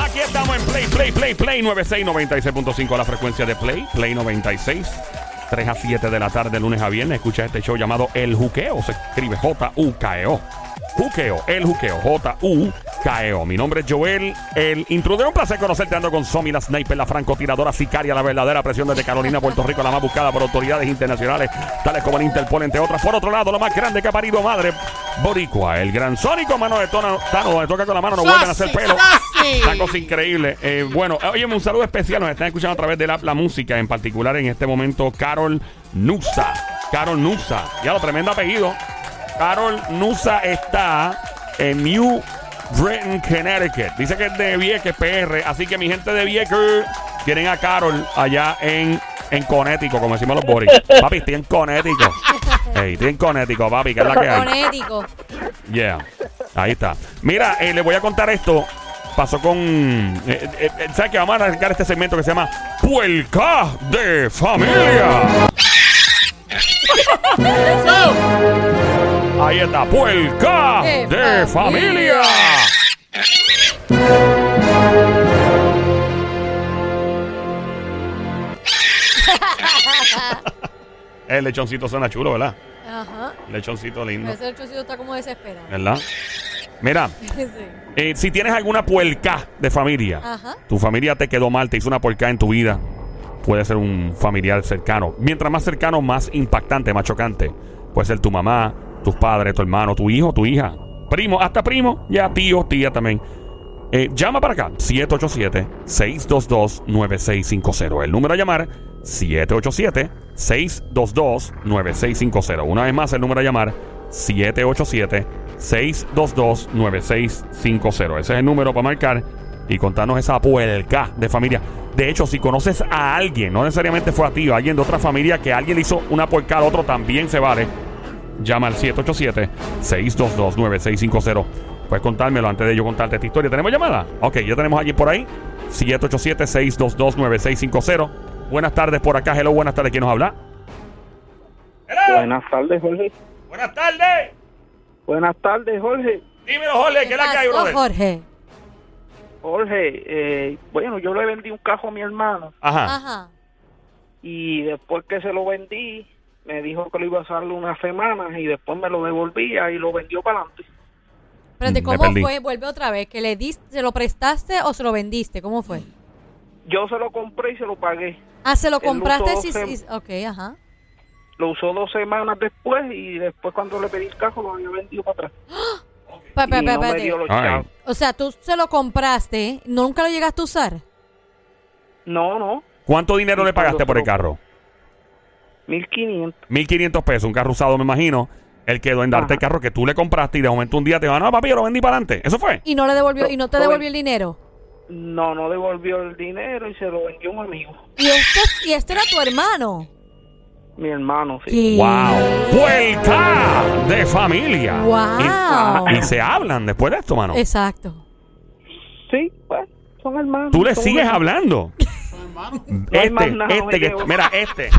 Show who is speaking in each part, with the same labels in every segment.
Speaker 1: Aquí estamos en Play, Play, Play, Play 96, 96.5 la frecuencia de Play, Play 96. 3 a 7 de la tarde, lunes a viernes. Escucha este show llamado El Juqueo. Se escribe J-U-K-E-O. E Juqueo, El Juqueo, J-U-K-E-O. E Mi nombre es Joel, el intrudero. Un placer conocerte. Ando con Somi, la sniper, la francotiradora sicaria, la verdadera presión desde Carolina, Puerto Rico, la más buscada por autoridades internacionales, tales como el Interpol, entre otras. Por otro lado, lo más grande que ha parido madre, Boricua, el gran sónico, mano de tono, Tano, donde toca con la mano, no vuelven a hacer pelo. Una cosa increíble. Eh, bueno, oye, un saludo especial. Nos están escuchando a través de la, la música, en particular en este momento, Carol Nusa. Carol Nusa. Ya lo tremendo apellido. Carol Nusa está en New Britain, Connecticut. Dice que es de Vieques, PR. Así que mi gente de Vieques tienen a Carol allá en, en Connecticut, como decimos los boris. Papi, estoy en Connecticut. Ey, estoy en Connecticut, papi, que es la que hay.
Speaker 2: Fonético.
Speaker 1: Yeah. Ahí está. Mira, eh, les voy a contar esto. Pasó con. eh, eh, eh, ¿Sabes qué? Vamos a arrancar este segmento que se llama Puelca de Familia. Ahí está, Puelca de,
Speaker 2: De
Speaker 1: familia.
Speaker 2: familia.
Speaker 1: El lechoncito suena chulo, ¿verdad?
Speaker 2: Ajá.
Speaker 1: Lechoncito lindo,
Speaker 2: Ese chocito está como desesperado.
Speaker 1: ¿verdad? Mira.
Speaker 2: Sí.
Speaker 1: Eh, si tienes alguna puerca de familia,
Speaker 2: Ajá.
Speaker 1: tu familia te quedó mal, te hizo una puerca en tu vida, puede ser un familiar cercano. Mientras más cercano, más impactante, más chocante. Puede ser tu mamá, tus padres, tu hermano, tu hijo, tu hija, primo, hasta primo, ya tío, tía también. Eh, llama para acá, 787-622-9650. El número a llamar, 787-622-9650. Una vez más, el número a llamar, 787-622-9650. Ese es el número para marcar y contarnos esa puerca de familia. De hecho, si conoces a alguien, no necesariamente fue a ti, o a alguien de otra familia que alguien le hizo una puerca al otro, también se vale. Llama al 787-622-9650. Puedes contármelo antes de yo contarte esta historia. ¿Tenemos llamada? Ok, ya tenemos a alguien por ahí. 787-622-9650. Buenas tardes por acá. Hello, buenas tardes. ¿Quién nos habla?
Speaker 3: Buenas tardes, Jorge.
Speaker 1: Buenas tardes.
Speaker 3: Buenas tardes, Jorge.
Speaker 1: Dímelo, Jorge. ¿Qué es la que hay,
Speaker 2: pasó,
Speaker 1: brother?
Speaker 2: Jorge?
Speaker 3: Jorge, eh, bueno, yo le vendí un cajo a mi hermano
Speaker 1: Ajá.
Speaker 2: Ajá.
Speaker 3: y después que se lo vendí, me dijo que lo iba a usarlo unas semanas y después me lo devolvía y lo vendió para adelante.
Speaker 2: Espérate,
Speaker 1: Mm, me
Speaker 2: ¿cómo
Speaker 1: perdí.
Speaker 2: fue? Vuelve otra vez. ¿Que le diste, se lo prestaste o se lo vendiste? ¿Cómo fue?
Speaker 3: Yo se lo compré y se lo pagué.
Speaker 2: Ah, se lo
Speaker 3: Él
Speaker 2: compraste.
Speaker 3: usó
Speaker 2: Sí,
Speaker 3: sem-
Speaker 2: sí, ok, ajá.
Speaker 3: Lo usó dos semanas después y después cuando le pedí el cajo lo había vendido para atrás.
Speaker 2: Pa- pa-
Speaker 3: y no
Speaker 2: pa-
Speaker 3: me
Speaker 2: espérate.
Speaker 3: dio los
Speaker 1: Ay.
Speaker 3: chavos.
Speaker 2: O sea, tú se lo compraste, nunca lo llegaste a usar.
Speaker 3: No, no,
Speaker 1: ¿Cuánto dinero
Speaker 3: Sí,
Speaker 1: le pagaste por el carro?
Speaker 3: 1500.
Speaker 1: 1.500 pesos. Un carro usado, me imagino. Él quedó en darte
Speaker 3: Ajá.
Speaker 1: el carro que tú le compraste y de momento un día te va, no, papi, yo lo vendí para adelante. ¿Eso fue?
Speaker 2: Y no le devolvió, y no te
Speaker 3: Lo- lo
Speaker 2: devolvió
Speaker 3: ven-
Speaker 2: el dinero.
Speaker 3: No, no devolvió el dinero y se lo vendió un amigo,
Speaker 2: Y este, y este era tu hermano.
Speaker 3: mi hermano. Sí.
Speaker 2: ¿Qué?
Speaker 1: ¡Wow! ¡Puerca de familia!
Speaker 2: Wow.
Speaker 1: Y, y se hablan después de esto, mano.
Speaker 2: Exacto.
Speaker 3: Sí, pues, son hermanos.
Speaker 1: Tú le
Speaker 3: son
Speaker 1: sigues
Speaker 3: hermanos.
Speaker 1: hablando.
Speaker 3: No hay
Speaker 1: Este,
Speaker 3: más nada,
Speaker 1: este que
Speaker 3: Mateo.
Speaker 1: está- mira, este.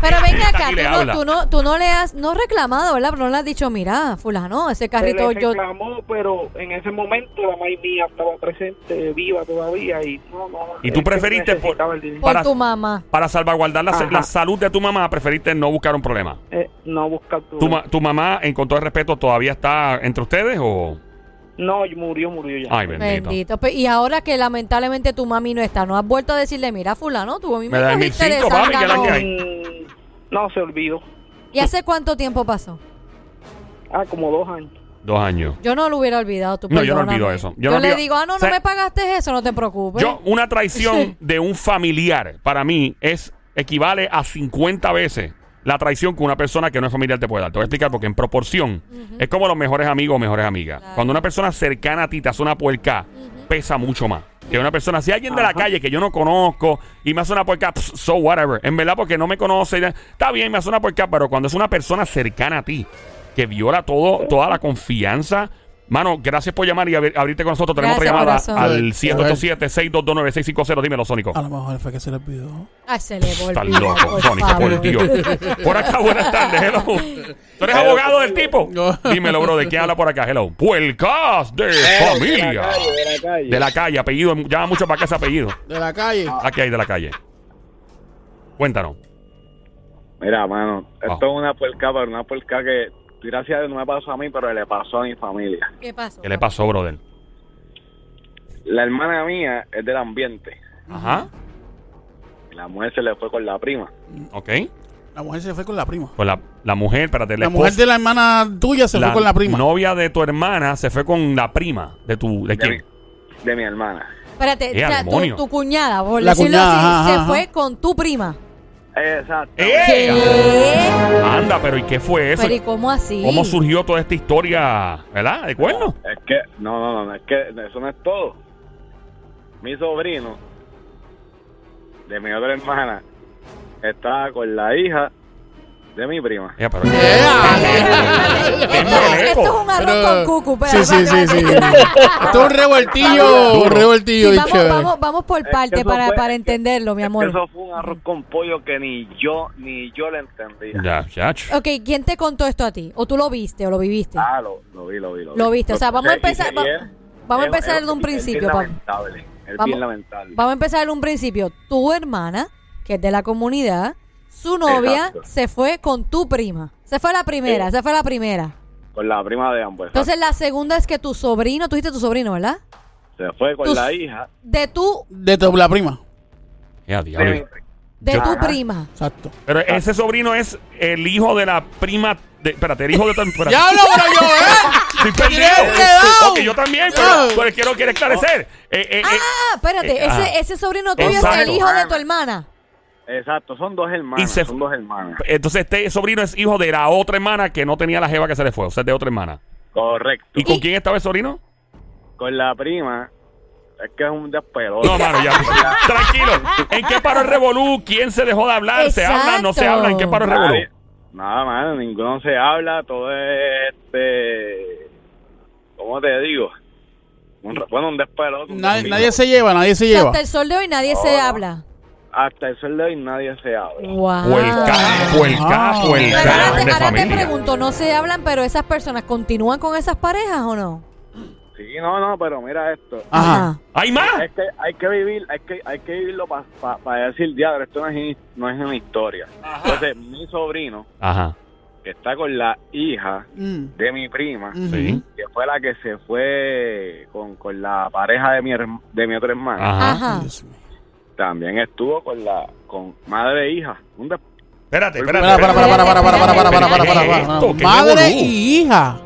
Speaker 2: Pero ven
Speaker 1: Esta
Speaker 2: acá,
Speaker 1: aquí le
Speaker 2: tú
Speaker 1: habla.
Speaker 2: no, tú, no, tú no le has no reclamado, ¿verdad? Pero no le has dicho, mira, fulano, ese
Speaker 3: Se
Speaker 2: carrito
Speaker 3: le
Speaker 2: yo...
Speaker 3: reclamó, pero en ese momento la madre mía estaba presente, viva todavía y no, no.
Speaker 1: ¿Y
Speaker 3: es
Speaker 1: tú
Speaker 3: que
Speaker 1: preferiste por-
Speaker 3: necesitaba el dinero.
Speaker 2: Por
Speaker 1: para-
Speaker 2: tu mamá.
Speaker 1: Para salvaguardar la,
Speaker 3: Ajá.
Speaker 1: la salud de tu mamá, preferiste no buscar un problema.
Speaker 3: Eh, no buscar tu...
Speaker 1: ¿Tu, ma- tu mamá, en con todo el respeto, todavía está entre ustedes o...?
Speaker 3: No, murió, murió ya.
Speaker 1: Ay, bendito.
Speaker 2: Bendito. Pe- Y ahora que lamentablemente tu mami no está, no has vuelto a decirle, mira, fulano, tu mami
Speaker 1: Me das
Speaker 2: cogiste
Speaker 1: mil
Speaker 2: de
Speaker 1: cinco, papi, que la
Speaker 2: zángano".
Speaker 1: que hay.
Speaker 3: Mm, No, se olvidó.
Speaker 2: ¿Y hace cuánto tiempo pasó?
Speaker 3: Ah, como dos años.
Speaker 1: Dos años.
Speaker 2: Yo no lo hubiera olvidado, tú
Speaker 1: No, yo no
Speaker 2: perdóname.
Speaker 1: olvido eso. Yo
Speaker 2: Yo,
Speaker 1: no
Speaker 2: le
Speaker 1: olvido-
Speaker 2: digo, ah, no,
Speaker 1: O sea,
Speaker 2: no me pagaste eso, no te preocupes.
Speaker 1: Yo, una traición de un familiar para mí es equivale a 50 veces la traición que una persona que no es familiar te puede dar. Te voy a explicar porque en proporción es como los mejores amigos o mejores amigas. Cuando una persona cercana a ti te hace una puerca, pesa mucho más. Que una persona, si alguien de la calle que yo no conozco y me hace una puerca, pss, so whatever. En verdad, porque no me conoce, ya- está bien, me hace una puerca, pero cuando es una persona cercana a ti que viola todo, toda la confianza. Mano, gracias por llamar y abri- abrirte con nosotros. Tenemos
Speaker 2: Gracias,
Speaker 1: otra
Speaker 2: corazón.
Speaker 1: llamada al 787-622-9650. Dímelo, Sónico.
Speaker 4: A lo mejor fue que se le olvidó.
Speaker 2: Ay, se le volvió.
Speaker 1: Estás loco,
Speaker 2: por
Speaker 1: Sónico, por
Speaker 2: favor.
Speaker 1: Dios. Por acá, buenas tardes, hello. ¿Tú eres abogado del tipo?
Speaker 4: No.
Speaker 1: Dímelo, bro, ¿de quién habla por acá? Hello. Puercas Eh, de familia. De la calle, apellido. Llama mucho para acá ese apellido.
Speaker 4: De la calle.
Speaker 1: Aquí hay de la calle. Cuéntanos.
Speaker 5: Mira, mano, esto
Speaker 1: Ah.
Speaker 5: es una puerca, pero una puerca que, gracias a Dios, no me pasó a mí, pero le pasó a mi familia.
Speaker 2: ¿Qué pasó?
Speaker 1: ¿Qué le pasó, brother?
Speaker 5: La hermana mía es del ambiente.
Speaker 1: Ajá.
Speaker 5: La mujer se le fue con la prima.
Speaker 1: Ok.
Speaker 4: La mujer se fue con la prima.
Speaker 1: Pues la, la mujer, espérate,
Speaker 4: La, mujer
Speaker 1: esposa-
Speaker 4: de la hermana tuya se fue con la prima.
Speaker 1: novia de tu hermana se fue con la prima de tu. ¿De
Speaker 5: De
Speaker 1: quién?
Speaker 5: mi, de mi hermana.
Speaker 2: Espérate,
Speaker 1: ¡Ea,
Speaker 2: o sea,
Speaker 1: demonio!
Speaker 2: tu, tu cuñada, por
Speaker 4: La
Speaker 2: decirlo
Speaker 4: cuñada,
Speaker 2: así,
Speaker 4: ajá,
Speaker 2: se
Speaker 4: ajá.
Speaker 2: fue con tu prima.
Speaker 5: Exacto.
Speaker 1: ¡Eh!
Speaker 2: ¿Qué?
Speaker 1: Anda, pero ¿y qué fue eso?
Speaker 2: Pero ¿y cómo así?
Speaker 1: ¿Cómo surgió toda esta historia, verdad? ¿De cuerno?
Speaker 5: Es que, no, no, no, no, es que eso no es todo. Mi sobrino, de mi otra hermana, estaba con la hija de mi prima.
Speaker 1: Ya, pero- ¡Qué
Speaker 2: esto, es- esto es
Speaker 1: meleco!
Speaker 2: un arroz
Speaker 4: Pero-
Speaker 2: con cucu.
Speaker 4: Sí, sí,
Speaker 2: espérate,
Speaker 4: sí,
Speaker 2: espérate,
Speaker 4: sí.
Speaker 2: espérate.
Speaker 4: Esto es un revoltillo, un revoltillo
Speaker 2: Sí,
Speaker 4: y
Speaker 2: vamos,
Speaker 4: chévere.
Speaker 2: vamos, vamos por
Speaker 5: Es
Speaker 2: parte
Speaker 5: que eso
Speaker 2: para,
Speaker 5: fue-
Speaker 2: para
Speaker 5: es que-
Speaker 2: entenderlo,
Speaker 5: es
Speaker 2: mi
Speaker 5: que
Speaker 2: amor.
Speaker 5: Eso fue un arroz con pollo que ni yo, ni yo le entendía.
Speaker 1: Ya, chacho.
Speaker 2: Ok, ¿quién te contó esto a ti? ¿O tú lo viste o lo viviste?
Speaker 5: Ah, lo, lo vi, lo vi, lo vi.
Speaker 2: Lo viste, o sea, vamos a
Speaker 5: Lo escuché
Speaker 2: empezar-
Speaker 5: y
Speaker 2: va-
Speaker 5: él-
Speaker 2: vamos a
Speaker 5: él-
Speaker 2: empezar
Speaker 5: él-
Speaker 2: de un
Speaker 5: él
Speaker 2: principio,
Speaker 5: bien
Speaker 2: papá.
Speaker 5: lamentable, él
Speaker 2: Vamos-
Speaker 5: bien lamentable.
Speaker 2: Vamos a empezar en un principio. Tu hermana, que es de la comunidad, su novia
Speaker 5: Exacto.
Speaker 2: se fue con tu prima. Se fue la primera, se fue la primera.
Speaker 5: Con la prima de ambos.
Speaker 2: Entonces
Speaker 1: Ah.
Speaker 2: la segunda es que tu sobrino, tú dijiste tu sobrino, ¿verdad?
Speaker 5: se fue con
Speaker 2: tus-
Speaker 5: la hija.
Speaker 2: De tu,
Speaker 4: De tu, la prima.
Speaker 1: Ya,
Speaker 5: de mi-
Speaker 1: diablo.
Speaker 2: de
Speaker 1: Yo-
Speaker 2: tu
Speaker 1: Ajá.
Speaker 2: prima.
Speaker 4: Exacto.
Speaker 1: Pero ese sobrino es el hijo de la prima. De, espérate, el hijo de tu. espérate.
Speaker 4: ¡Ya hablo para yo, eh!
Speaker 1: Estoy
Speaker 4: tienes
Speaker 1: perdido.
Speaker 4: enredado.
Speaker 1: Ok, yo también, pero,
Speaker 4: Ya.
Speaker 1: pero quiero, quiero esclarecer. Eh, eh, eh,
Speaker 2: Ah, espérate,
Speaker 1: eh, ah.
Speaker 2: ese, ese sobrino tuyo es el
Speaker 1: Exacto.
Speaker 2: hijo de tu hermana.
Speaker 5: Exacto, son dos hermanas.
Speaker 1: Y se-
Speaker 5: son dos hermanas.
Speaker 1: Entonces, este sobrino es hijo de la otra hermana que no tenía la jeva que se le fue, o sea, es de otra hermana.
Speaker 5: Correcto.
Speaker 1: ¿Y con quién estaba el sobrino?
Speaker 5: Con la prima, es que es un
Speaker 6: Oh,
Speaker 5: despelote.
Speaker 1: No, mano, ya. Tranquilo. ¿En qué paró el revolú? ¿Quién se dejó de hablar? ¿Se habla? ¿No se
Speaker 2: Exacto.
Speaker 1: habla? ¿En qué paró el revolú?
Speaker 5: Nadie- Nada, mano, ninguno se habla, todo es este... ¿Cómo te digo? Un re- bueno, un despelote. un
Speaker 4: Nadie,
Speaker 5: domingo.
Speaker 4: nadie se lleva, nadie se
Speaker 2: O sea,
Speaker 4: lleva.
Speaker 2: hasta el sol de hoy nadie
Speaker 1: Oh.
Speaker 2: se habla.
Speaker 5: Hasta el sol de hoy nadie se habla.
Speaker 2: Wow.
Speaker 1: Puelca, puelca,
Speaker 4: Ah.
Speaker 1: puelca
Speaker 2: Pero ahora,
Speaker 1: Pues, de
Speaker 2: te, ahora te
Speaker 1: familia.
Speaker 2: pregunto, ¿no se hablan, pero esas personas continúan con esas parejas o no?
Speaker 5: Sí, no, no, pero mira esto.
Speaker 2: Ah.
Speaker 4: Ajá.
Speaker 1: ¿Hay más?
Speaker 5: Es que hay que vivir, hay que, hay que vivirlo para decir, diablo, esto no es, in- no es una historia. Entonces, mi sobrino,
Speaker 1: Ajá.
Speaker 5: que está con la hija
Speaker 4: Mm.
Speaker 5: de mi prima,
Speaker 1: Sí.
Speaker 5: que fue la que se fue con, con la pareja de mi, herm- de mi otra hermana,
Speaker 1: Ajá.
Speaker 2: Ajá.
Speaker 4: Dios mío.
Speaker 5: también estuvo con la con madre e hija. Un des-
Speaker 1: Espérate, espérate.
Speaker 4: Para, para, para, para, para, para, para, para, para, para,
Speaker 1: ¿Qué
Speaker 4: para,
Speaker 1: es
Speaker 4: para.
Speaker 1: esto? ¿Qué
Speaker 4: Madre
Speaker 1: revolú?
Speaker 4: y hija.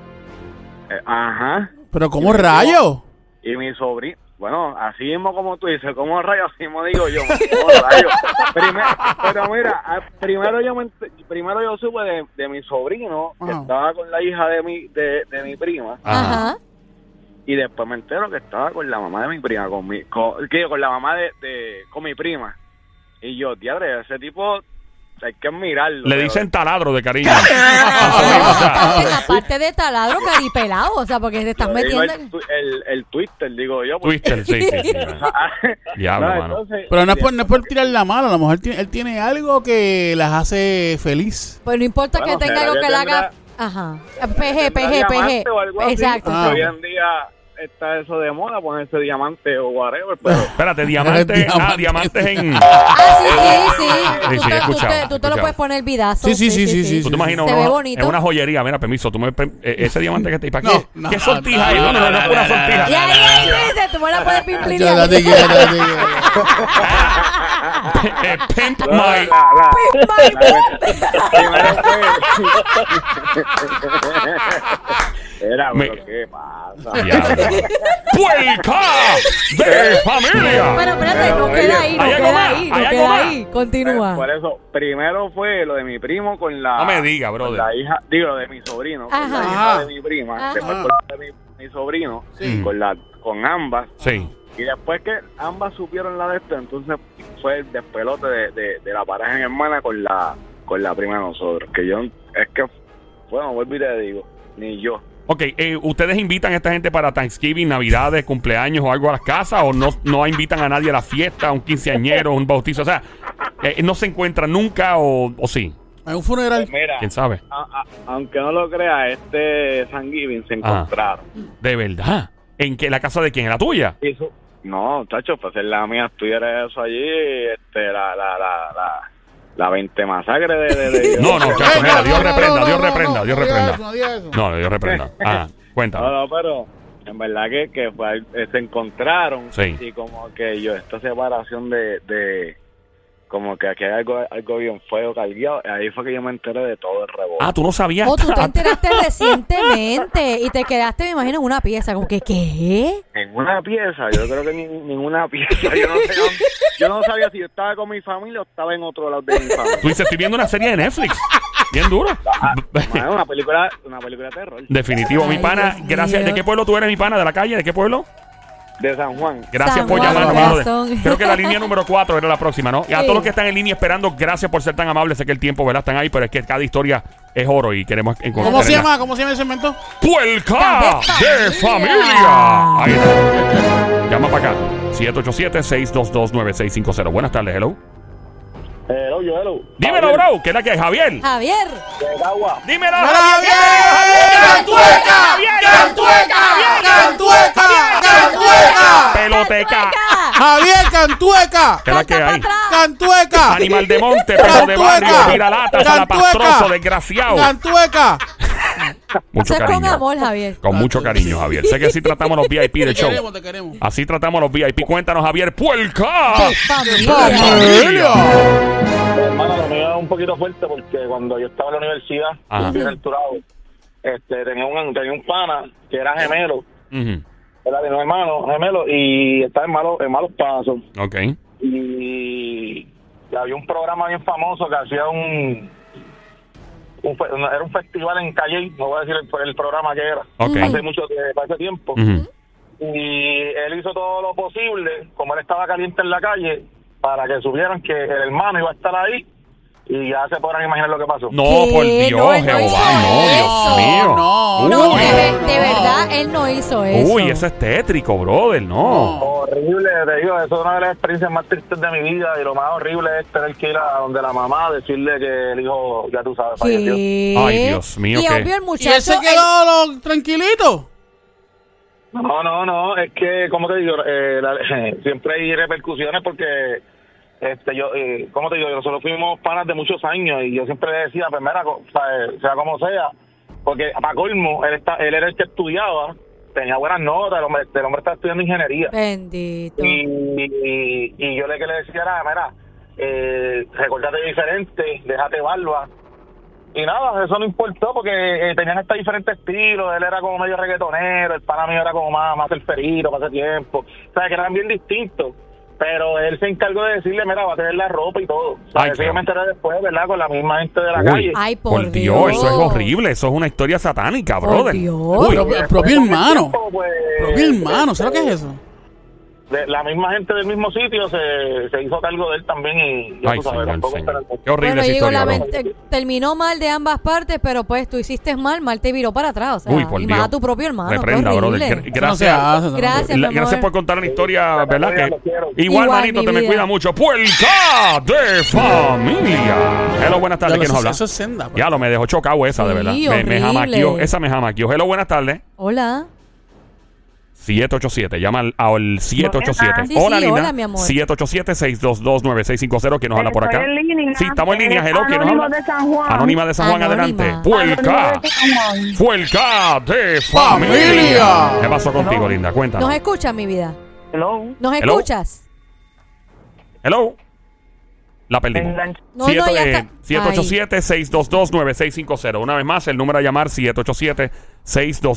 Speaker 5: eh, ajá.
Speaker 4: Pero ¿cómo rayo?
Speaker 5: Y mi sobrino, bueno, así mismo como tú dices, como rayos, así mismo digo yo, como rayos. Primero, pero mira, a- primero yo me ent- primero yo supe de, de mi sobrino, que
Speaker 4: Ajá.
Speaker 5: estaba con la hija de mi, de, de mi prima,
Speaker 1: Ajá.
Speaker 2: Ajá.
Speaker 5: y después me entero que estaba con la mamá de mi prima, con mi, con, que digo, con la mamá de, de- con mi prima. Y yo, diadre, ese tipo hay que mirarlo.
Speaker 1: Le
Speaker 5: pero-
Speaker 1: dicen taladro de cariño. Eso mismo, o sea,
Speaker 2: Aparte, la parte de taladro caripelado, o sea, porque te estás
Speaker 5: yo digo
Speaker 2: metiendo en-
Speaker 5: el, tu- el, el Twitter, digo yo. porque-
Speaker 1: Twister, sí, sí, sí. Diablo,
Speaker 5: No,
Speaker 1: mano.
Speaker 5: entonces-
Speaker 4: Pero no es por, no es por tirar la mano, a lo mejor tiene- él tiene algo que las hace feliz.
Speaker 2: Pues no importa
Speaker 5: Bueno,
Speaker 2: que tenga
Speaker 5: será
Speaker 2: algo que
Speaker 5: que
Speaker 2: le
Speaker 5: tendrá-
Speaker 2: haga. Ajá. PG,
Speaker 5: tendrá
Speaker 2: PG,
Speaker 5: diamante o algo
Speaker 2: PG.
Speaker 5: así.
Speaker 2: Exacto.
Speaker 4: Ah.
Speaker 5: Hoy en día está eso de moda, ponerse diamante o whatever, pero
Speaker 1: Espérate, diamantes. Ah,
Speaker 4: Diamantes.
Speaker 1: diamantes en.
Speaker 2: Ah, sí, sí, sí.
Speaker 1: Sí,
Speaker 2: tú
Speaker 1: sí, he escuchado,
Speaker 2: te- tú te-
Speaker 1: he
Speaker 2: tú te lo
Speaker 1: escuchado.
Speaker 2: puedes poner vidazo.
Speaker 4: Sí, sí, sí, sí, sí,
Speaker 1: ¿Tú te imaginas?
Speaker 2: Se ve
Speaker 1: una-
Speaker 2: bonito.
Speaker 1: Es una joyería. Mira, permiso, tú me, per- eh, ese diamante que te... ¿Para
Speaker 4: No,
Speaker 1: qué?
Speaker 4: no,
Speaker 1: ¿Qué
Speaker 4: no,
Speaker 1: sortija
Speaker 4: no,
Speaker 1: es? No, no, no,
Speaker 4: no,
Speaker 1: no, una
Speaker 4: no, no,
Speaker 1: sortija.
Speaker 2: Y ahí, ahí, dice, tú me la puedes pimplir.
Speaker 4: Ya la dije, ya la dije.
Speaker 1: Eh, Pimp
Speaker 5: La-
Speaker 1: my...
Speaker 5: la- la-
Speaker 2: Bye, bye.
Speaker 5: Primero fue- Era, pero
Speaker 1: Me-
Speaker 5: ¿qué pasa?
Speaker 1: Diablo. ¡Puerca de familia!
Speaker 2: Pero espérate, no
Speaker 5: Pero,
Speaker 2: queda
Speaker 5: oye,
Speaker 2: ahí, no
Speaker 1: ¿hay algo
Speaker 2: queda
Speaker 1: más? ¿Hay
Speaker 2: ahí, no
Speaker 1: algo
Speaker 2: queda
Speaker 1: más?
Speaker 2: ahí. Continúa.
Speaker 5: Por eso, primero fue lo de mi primo con la.
Speaker 1: No me diga, brother.
Speaker 5: con La hija, digo, lo de mi sobrino. Con la
Speaker 2: Ajá.
Speaker 5: hija de mi prima.
Speaker 2: Ajá.
Speaker 5: Después con la de mi, mi sobrino. Con, la, con ambas.
Speaker 1: Sí.
Speaker 5: Y después que ambas supieron la de esto, entonces fue el despelote de, de, de la pareja de mi hermana con la, con la prima de nosotros. Que yo, es que, bueno, vuelvo y te digo, ni yo.
Speaker 1: Ok, eh, ¿ustedes invitan a esta gente para Thanksgiving, Navidades, cumpleaños o algo a las casas? ¿O no, no invitan a nadie a la fiesta, a un quinceañero, un bautizo? O sea, eh, ¿no se encuentran nunca o, o sí?
Speaker 4: Hay un funeral.
Speaker 5: Mira,
Speaker 1: ¿Quién sabe?
Speaker 5: a- a- aunque no lo crea, este Thanksgiving se
Speaker 1: Ajá.
Speaker 5: encontraron.
Speaker 1: ¿De verdad? ¿En qué, la casa de quién? ¿En la tuya?
Speaker 5: No, chacho, pues en la mía estuviera eso allí, este, la, la, la, la, la 20 masacre de... de, de-
Speaker 1: No, no, chacho,
Speaker 4: Venga,
Speaker 1: mira, Dios
Speaker 4: no, no,
Speaker 1: reprenda,
Speaker 4: no,
Speaker 1: Dios
Speaker 4: no,
Speaker 1: reprenda,
Speaker 4: no,
Speaker 1: Dios
Speaker 4: no diga
Speaker 1: reprenda.
Speaker 4: eso, no diga eso.
Speaker 1: No, Dios reprenda. Ah,
Speaker 5: No,
Speaker 1: cuéntame.
Speaker 5: no, pero en verdad que, que fue al- eh, se encontraron
Speaker 1: Sí.
Speaker 5: y como que yo, esta separación de... de como que aquí hay algo, algo bien feo cargado, ahí fue que yo me enteré de todo el rebote.
Speaker 1: Ah, tú no sabías.
Speaker 2: O Oh, tú te enteraste recientemente y te quedaste, me imagino, en una pieza. Como que, ¿qué?
Speaker 5: Ninguna pieza, yo creo que ni- ninguna pieza. Yo no, sé dónde- yo no sabía si yo estaba con mi familia o estaba en otro lado de mi familia.
Speaker 1: Tú dices, estoy viendo una serie de Netflix. Bien dura.
Speaker 5: Mano, una película, una película de terror.
Speaker 1: Definitivo, mi
Speaker 2: Ay,
Speaker 1: pana.
Speaker 2: Dios
Speaker 1: Gracias. ¿De
Speaker 2: mío.
Speaker 1: qué pueblo tú eres, mi pana? ¿De la calle? ¿De qué pueblo?
Speaker 5: De San Juan.
Speaker 1: Gracias
Speaker 2: San
Speaker 1: por
Speaker 2: Juan,
Speaker 1: llamar,
Speaker 2: corazón.
Speaker 1: amado. Creo que la línea número 4 era la próxima, ¿no? Y a
Speaker 2: Sí.
Speaker 1: todos los que están en línea esperando, gracias por ser tan amables. Sé que el tiempo, ¿verdad? Están ahí, pero es que cada historia es oro y queremos encontrar.
Speaker 4: ¿Cómo se llama? ¿Cómo se llama el segmento?
Speaker 1: ¡Puelca de
Speaker 2: De
Speaker 1: familia! Ahí está. Llama para acá. 787-622-9650. Buenas tardes, hello.
Speaker 5: Eh, Hello, yo, hello.
Speaker 1: Dímelo, bro. ¿Qué es la que es, Javier?
Speaker 2: Javier.
Speaker 5: El agua.
Speaker 1: Dímelo,
Speaker 4: ¡Javier! ¡Cantueca! ¡Cantueca! ¡Cantueca!
Speaker 1: Peloteca.
Speaker 4: ¡Javier Cantueca!
Speaker 1: ¿Qué es la que hay?
Speaker 4: ¡Cantueca!
Speaker 1: Animal de monte, perro de barrio,
Speaker 4: Cantueca.
Speaker 1: piralata,
Speaker 4: Cantueca.
Speaker 1: salapastroso, desgraciado.
Speaker 4: ¡Cantueca!
Speaker 1: Mucho
Speaker 2: Eso es con
Speaker 1: cariño.
Speaker 2: amor, Javier.
Speaker 1: Con mucho cariño, Javier. Sé que así tratamos a los VIP del
Speaker 4: Te queremos,
Speaker 1: show.
Speaker 4: te queremos.
Speaker 1: Así tratamos a los VIP. Cuéntanos, Javier. ¡Puerca!
Speaker 2: De familia.
Speaker 4: ¡Familia!
Speaker 5: Hermano, lo mío es un poquito fuerte porque cuando yo estaba en la universidad,
Speaker 1: Ajá.
Speaker 5: yo era alturado, este, tenía, un, tenía un pana que era gemelo,
Speaker 1: Ujú.
Speaker 5: era de un hermano gemelo, y estaba en malos, en malos pasos.
Speaker 1: Ok.
Speaker 5: Y había un programa bien famoso que hacía un... un fe- era un festival en Calle, no voy a decir el, el programa que era,
Speaker 1: Ok.
Speaker 5: hace mucho que- hace tiempo.
Speaker 1: Ujú.
Speaker 5: y él hizo todo lo posible, como él estaba caliente en la calle, para que supieran que el hermano iba a estar ahí y ya se podrán imaginar lo que pasó.
Speaker 1: No,
Speaker 2: ¿Qué?
Speaker 1: por Dios,
Speaker 2: No, él no
Speaker 1: Jehová.
Speaker 2: hizo
Speaker 1: No, Dios
Speaker 2: eso.
Speaker 1: mío.
Speaker 4: No,
Speaker 2: No,
Speaker 1: Uy.
Speaker 2: de, ver- de
Speaker 4: No.
Speaker 2: verdad, él no hizo eso.
Speaker 1: Uy, eso es tétrico, brother. No.
Speaker 5: Horrible, te digo, eso es una de las experiencias más tristes de mi vida y lo más horrible es tener que ir a donde la mamá decirle que el hijo, ya tú sabes, falleció.
Speaker 2: ¿Qué?
Speaker 1: Ay, Dios mío,
Speaker 2: Y
Speaker 1: ¿qué?
Speaker 2: obvio el
Speaker 4: ¿Y él
Speaker 2: muchacho.
Speaker 4: se quedó lo- tranquilito?
Speaker 5: No, no, no, es que, como te digo, Eh, la- siempre hay repercusiones porque, este, yo, eh, como te digo, nosotros fuimos panas de muchos años y yo siempre le decía, pues mira, co- o sea, eh, sea como sea, porque para colmo, él, está, él era el que estudiaba, tenía buenas notas, el hombre, el hombre está estudiando ingeniería.
Speaker 2: el- Bendito.
Speaker 5: Y, y- y yo le que le decía era, mira, eh, recordate diferente, déjate barba. Y nada, eso no importó porque eh, tenían hasta diferentes estilos. Él era como medio reggaetonero, el pana mío era como más, más ferito para ese tiempo. O sea, que eran bien distintos. Pero él se encargó de decirle, mira, va a tener la ropa y todo. O sea,
Speaker 1: Ay,
Speaker 5: eso
Speaker 1: qué-
Speaker 5: yo me enteré después, ¿verdad? Con la misma gente de la
Speaker 1: Uy.
Speaker 5: calle.
Speaker 2: Ay, por,
Speaker 1: Por Dios, eso es horrible. Eso es una historia satánica,
Speaker 2: Por
Speaker 1: brother.
Speaker 2: Dios.
Speaker 1: Uy.
Speaker 4: Pro- El propio
Speaker 5: Con el
Speaker 4: hermano.
Speaker 5: tiempo, pues,
Speaker 4: Propio hermano, ¿sabes qué es eso?
Speaker 5: de- la misma gente del mismo sitio se, se hizo cargo de él también y ya
Speaker 1: Ay,
Speaker 5: tú sabes,
Speaker 1: señor,
Speaker 5: tampoco
Speaker 1: señor.
Speaker 5: esperan mucho.
Speaker 1: Qué horrible
Speaker 2: Bueno,
Speaker 1: esa
Speaker 2: Diego,
Speaker 1: historia, bro.
Speaker 2: lamente- terminó mal de ambas partes, pero pues tú hiciste mal, mal te viró para atrás. O sea,
Speaker 1: Uy, por
Speaker 2: y
Speaker 1: Dios.
Speaker 2: más a tu propio hermano. qué
Speaker 1: Reprenda, brother.
Speaker 2: horrible.
Speaker 1: Gra-
Speaker 4: Eso no se
Speaker 1: Gracias.
Speaker 4: hace, eso no se
Speaker 2: Gracias, mi
Speaker 1: La-
Speaker 2: amor.
Speaker 1: gracias por contar la historia, ¿verdad?
Speaker 5: Lo quiero.
Speaker 1: Que igual,
Speaker 2: Igual,
Speaker 1: manito,
Speaker 2: mi
Speaker 1: te me
Speaker 2: vida.
Speaker 1: cuida mucho. Puerca de familia. Hello, buenas tardes.
Speaker 4: Ya
Speaker 1: ¿Quién
Speaker 4: lo-
Speaker 1: nos habla?
Speaker 4: Eso es senda. pues. bro.
Speaker 1: Ya lo me dejó chocado esa, de
Speaker 2: Sí,
Speaker 1: verdad. Me, me
Speaker 2: horrible.
Speaker 1: jamaqueó. Esa me jamaqueó. Hello, buenas tardes.
Speaker 2: Hola.
Speaker 1: 787. Llama al, al 787.
Speaker 2: Ah, Sí, sí, hola, mi amor.
Speaker 1: 787-622-9650. ¿Quién nos habla por
Speaker 7: Estoy
Speaker 1: acá?
Speaker 7: en línea.
Speaker 1: Sí, estamos en línea. Hello, ¿quién nos
Speaker 7: Anónimo
Speaker 1: habla?
Speaker 7: de San Juan.
Speaker 1: Anónima de San Juan,
Speaker 2: Anónima.
Speaker 1: adelante. Puelca. Puelca de familia.
Speaker 4: Familia.
Speaker 1: ¿Qué pasó contigo, linda? Cuéntanos.
Speaker 2: ¿Nos escuchas, mi vida?
Speaker 7: Hello.
Speaker 2: ¿Nos
Speaker 1: Hello.
Speaker 2: escuchas?
Speaker 1: Hello. La perdimos.
Speaker 7: Engancha.
Speaker 2: No, no, ya está.
Speaker 1: 787-622-9650. Una vez más, el número a llamar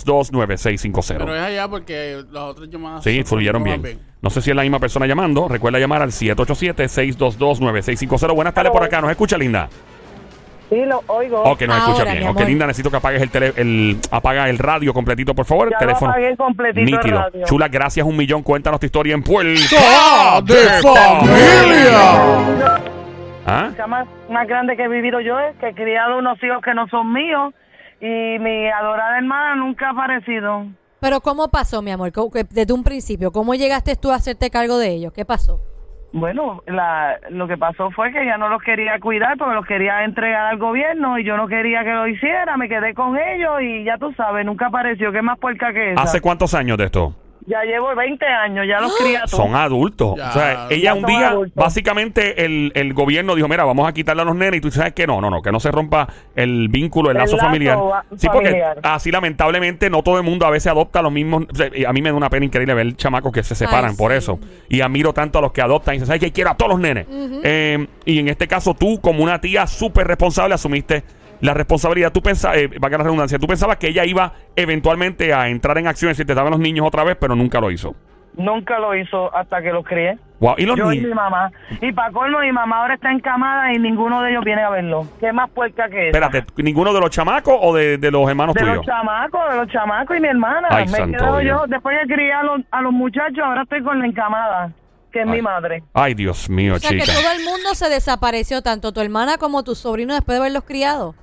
Speaker 1: 787-622-9650.
Speaker 4: Pero es allá porque las otras llamadas.
Speaker 1: Sí,
Speaker 4: son-
Speaker 1: fluyeron
Speaker 4: no van
Speaker 1: bien. No sé si es la misma persona llamando. Recuerda llamar al 787-622-9650. Buenas tardes por acá. ¿Nos escucha, Linda?
Speaker 7: Sí, lo oigo.
Speaker 1: Ok, nos
Speaker 2: Ahora,
Speaker 1: escucha
Speaker 2: mi
Speaker 1: bien. Ok,
Speaker 2: amor.
Speaker 1: Linda, necesito que apagues el, tele, el, apaga el radio completito, por favor.
Speaker 7: Ya lo
Speaker 1: el teléfono.
Speaker 7: apagué completito el
Speaker 1: Nítido.
Speaker 7: radio.
Speaker 1: Chula, gracias un millón. Cuéntanos tu historia en Puerto
Speaker 4: ¡Ah, de familia!
Speaker 1: ¿Ah?
Speaker 7: La más, más grande que he vivido yo es que he criado unos hijos que no son míos y mi adorada hermana nunca ha aparecido.
Speaker 2: Pero ¿cómo pasó, mi amor? ¿Cómo- que- Desde un principio, ¿cómo llegaste tú a hacerte cargo de ellos? ¿Qué pasó?
Speaker 7: Bueno, la, lo que pasó fue que ya no los quería cuidar porque los quería entregar al gobierno y yo no quería que lo hiciera, me quedé con ellos y ya tú sabes, nunca apareció, que más puerca que esa.
Speaker 1: ¿Hace cuántos años de esto?
Speaker 7: ya llevo 20 años, ya los cría todos.
Speaker 1: Son adultos.
Speaker 4: Ya.
Speaker 1: o sea, ella
Speaker 7: Ya
Speaker 1: un
Speaker 7: son
Speaker 1: día,
Speaker 7: adultos.
Speaker 1: básicamente, el, el gobierno dijo: Mira, vamos a quitarle a los nenes. Y tú sabes que no, no, no, que no se rompa el vínculo, el,
Speaker 7: El
Speaker 1: lazo
Speaker 7: lazo
Speaker 1: familiar.
Speaker 7: va-
Speaker 1: Sí, porque
Speaker 7: familiar.
Speaker 1: así, lamentablemente, no todo el mundo a veces adopta los mismos. o sea, y A mí me da una pena increíble ver chamacos que se separan
Speaker 2: Ay,
Speaker 1: por
Speaker 2: sí.
Speaker 1: eso. Y admiro tanto a los que adoptan. Y dicen: ¿Sabes qué? Quiero a todos los nenes. Eh, y en este caso, tú, como una tía súper responsable, asumiste. La responsabilidad, tú pensabas, la redundancia, tú pensabas que ella iba eventualmente a entrar en acción y decirte, estaban los niños otra vez, pero nunca lo hizo.
Speaker 7: Nunca lo hizo hasta que los crié.
Speaker 1: Wow. Y los
Speaker 7: Yo y
Speaker 1: niños-
Speaker 7: mi mamá. Y para colmo, mi mamá ahora está encamada y ninguno de ellos viene a verlo. ¿Qué más puerca que esa?
Speaker 1: Espérate, ¿ninguno de los chamacos o de, de los hermanos
Speaker 7: De los
Speaker 1: tuyos?
Speaker 7: chamacos, de los chamacos y mi hermana.
Speaker 1: Ay,
Speaker 7: me he
Speaker 1: santo
Speaker 7: quedado
Speaker 1: Dios.
Speaker 7: yo. Después de criar a los, a los muchachos, ahora estoy con la encamada, que es
Speaker 1: Ay.
Speaker 7: mi madre.
Speaker 1: Ay, Dios mío,
Speaker 2: O sea,
Speaker 1: chica.
Speaker 2: que todo el mundo se desapareció, tanto tu hermana como tu sobrino, después de haberlos criado.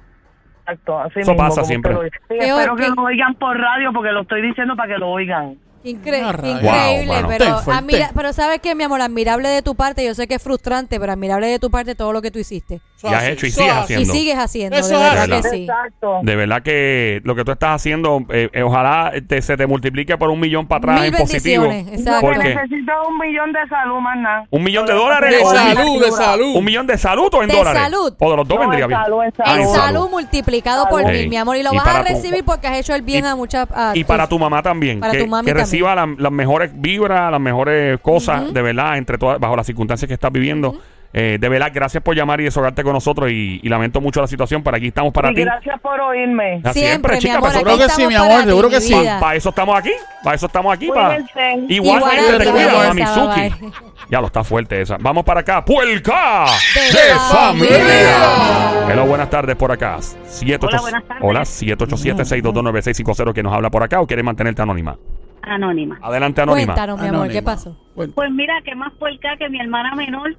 Speaker 7: Exacto, así
Speaker 1: Eso
Speaker 7: mismo,
Speaker 1: pasa
Speaker 7: como
Speaker 1: siempre.
Speaker 7: usted lo dice. Sí,
Speaker 2: Qué
Speaker 7: espero
Speaker 2: horrible.
Speaker 7: que lo oigan por radio porque lo estoy diciendo para que lo oigan.
Speaker 2: Incre-
Speaker 4: Una rabia.
Speaker 2: increíble,
Speaker 1: Wow, mano.
Speaker 2: pero,
Speaker 4: Fuerte, fuerte.
Speaker 2: admira- pero sabes que, mi amor, admirable de tu parte, yo sé que es frustrante, pero admirable de tu parte todo lo que tú hiciste.
Speaker 4: Eso
Speaker 1: Ya
Speaker 4: así,
Speaker 1: has hecho y
Speaker 4: eso
Speaker 1: sigues
Speaker 4: así.
Speaker 1: haciendo. Entiendo.
Speaker 2: Y sigues haciendo,
Speaker 4: Eso
Speaker 2: de verdad
Speaker 1: es.
Speaker 2: que sí.
Speaker 7: Exacto.
Speaker 1: De verdad que lo que tú estás haciendo, eh, eh, ojalá te- se te multiplique por un millón para atrás
Speaker 2: Mil
Speaker 1: en positivo.
Speaker 2: bendiciones, exacto.
Speaker 7: Lo
Speaker 1: ¿Por
Speaker 7: que
Speaker 1: qué?
Speaker 7: necesito es un millón de salud, más nada.
Speaker 1: ¿Un millón de dólares?
Speaker 4: De
Speaker 1: o un,
Speaker 4: salud, de salud.
Speaker 1: un millón de salud o en
Speaker 2: De
Speaker 1: dólares?
Speaker 2: salud.
Speaker 1: O de los dos
Speaker 7: No,
Speaker 1: vendría
Speaker 7: en
Speaker 1: bien.
Speaker 7: salud, en
Speaker 1: Ah,
Speaker 2: En
Speaker 7: Salud.
Speaker 2: salud multiplicado por
Speaker 1: Salud.
Speaker 2: mil, mi amor, y lo
Speaker 1: Y
Speaker 2: vas a
Speaker 1: para tu-
Speaker 2: recibir porque has hecho el bien
Speaker 1: y-
Speaker 2: a muchas. a
Speaker 1: Y
Speaker 2: tus-
Speaker 1: para tu mamá también.
Speaker 2: Para
Speaker 1: que,
Speaker 2: tu mami
Speaker 1: que reciba la- las mejores vibras, las mejores cosas, de verdad, entre todas, bajo las circunstancias que estás viviendo. Eh, de verdad, gracias por llamar y desahogarte con nosotros. Y, y lamento mucho la situación, pero aquí estamos para
Speaker 7: Y
Speaker 1: ti.
Speaker 7: gracias por oírme.
Speaker 1: Ah,
Speaker 2: Siempre, mi
Speaker 1: chica,
Speaker 2: amor.
Speaker 1: pero
Speaker 2: aquí
Speaker 4: seguro que sí,
Speaker 2: estamos
Speaker 4: mi
Speaker 2: para
Speaker 4: amor,
Speaker 2: ti,
Speaker 4: seguro
Speaker 2: mi
Speaker 4: que sí.
Speaker 2: vida.
Speaker 1: Para eso estamos aquí. Para eso estamos aquí. Pa...
Speaker 7: Cuídense.
Speaker 1: Igualmente te
Speaker 4: Igualmente,
Speaker 1: cuidas,
Speaker 4: esa,
Speaker 1: Mamizuki.
Speaker 2: bye.
Speaker 1: Ya lo está fuerte esa. Vamos para acá. ¡Puelca!
Speaker 2: De
Speaker 4: familia.
Speaker 1: Hello, buenas tardes por acá. 78...
Speaker 6: Hola, buenas tardes.
Speaker 1: Hola, 787-622-9650 que nos habla por acá o quieres mantenerte anónima.
Speaker 6: Anónima.
Speaker 1: Adelante, anónima.
Speaker 2: Cuéntanos, mi amor, ¿qué
Speaker 4: Anónima.
Speaker 2: pasó?
Speaker 4: Bueno,
Speaker 6: Pues mira, que más puerca que mi hermana menor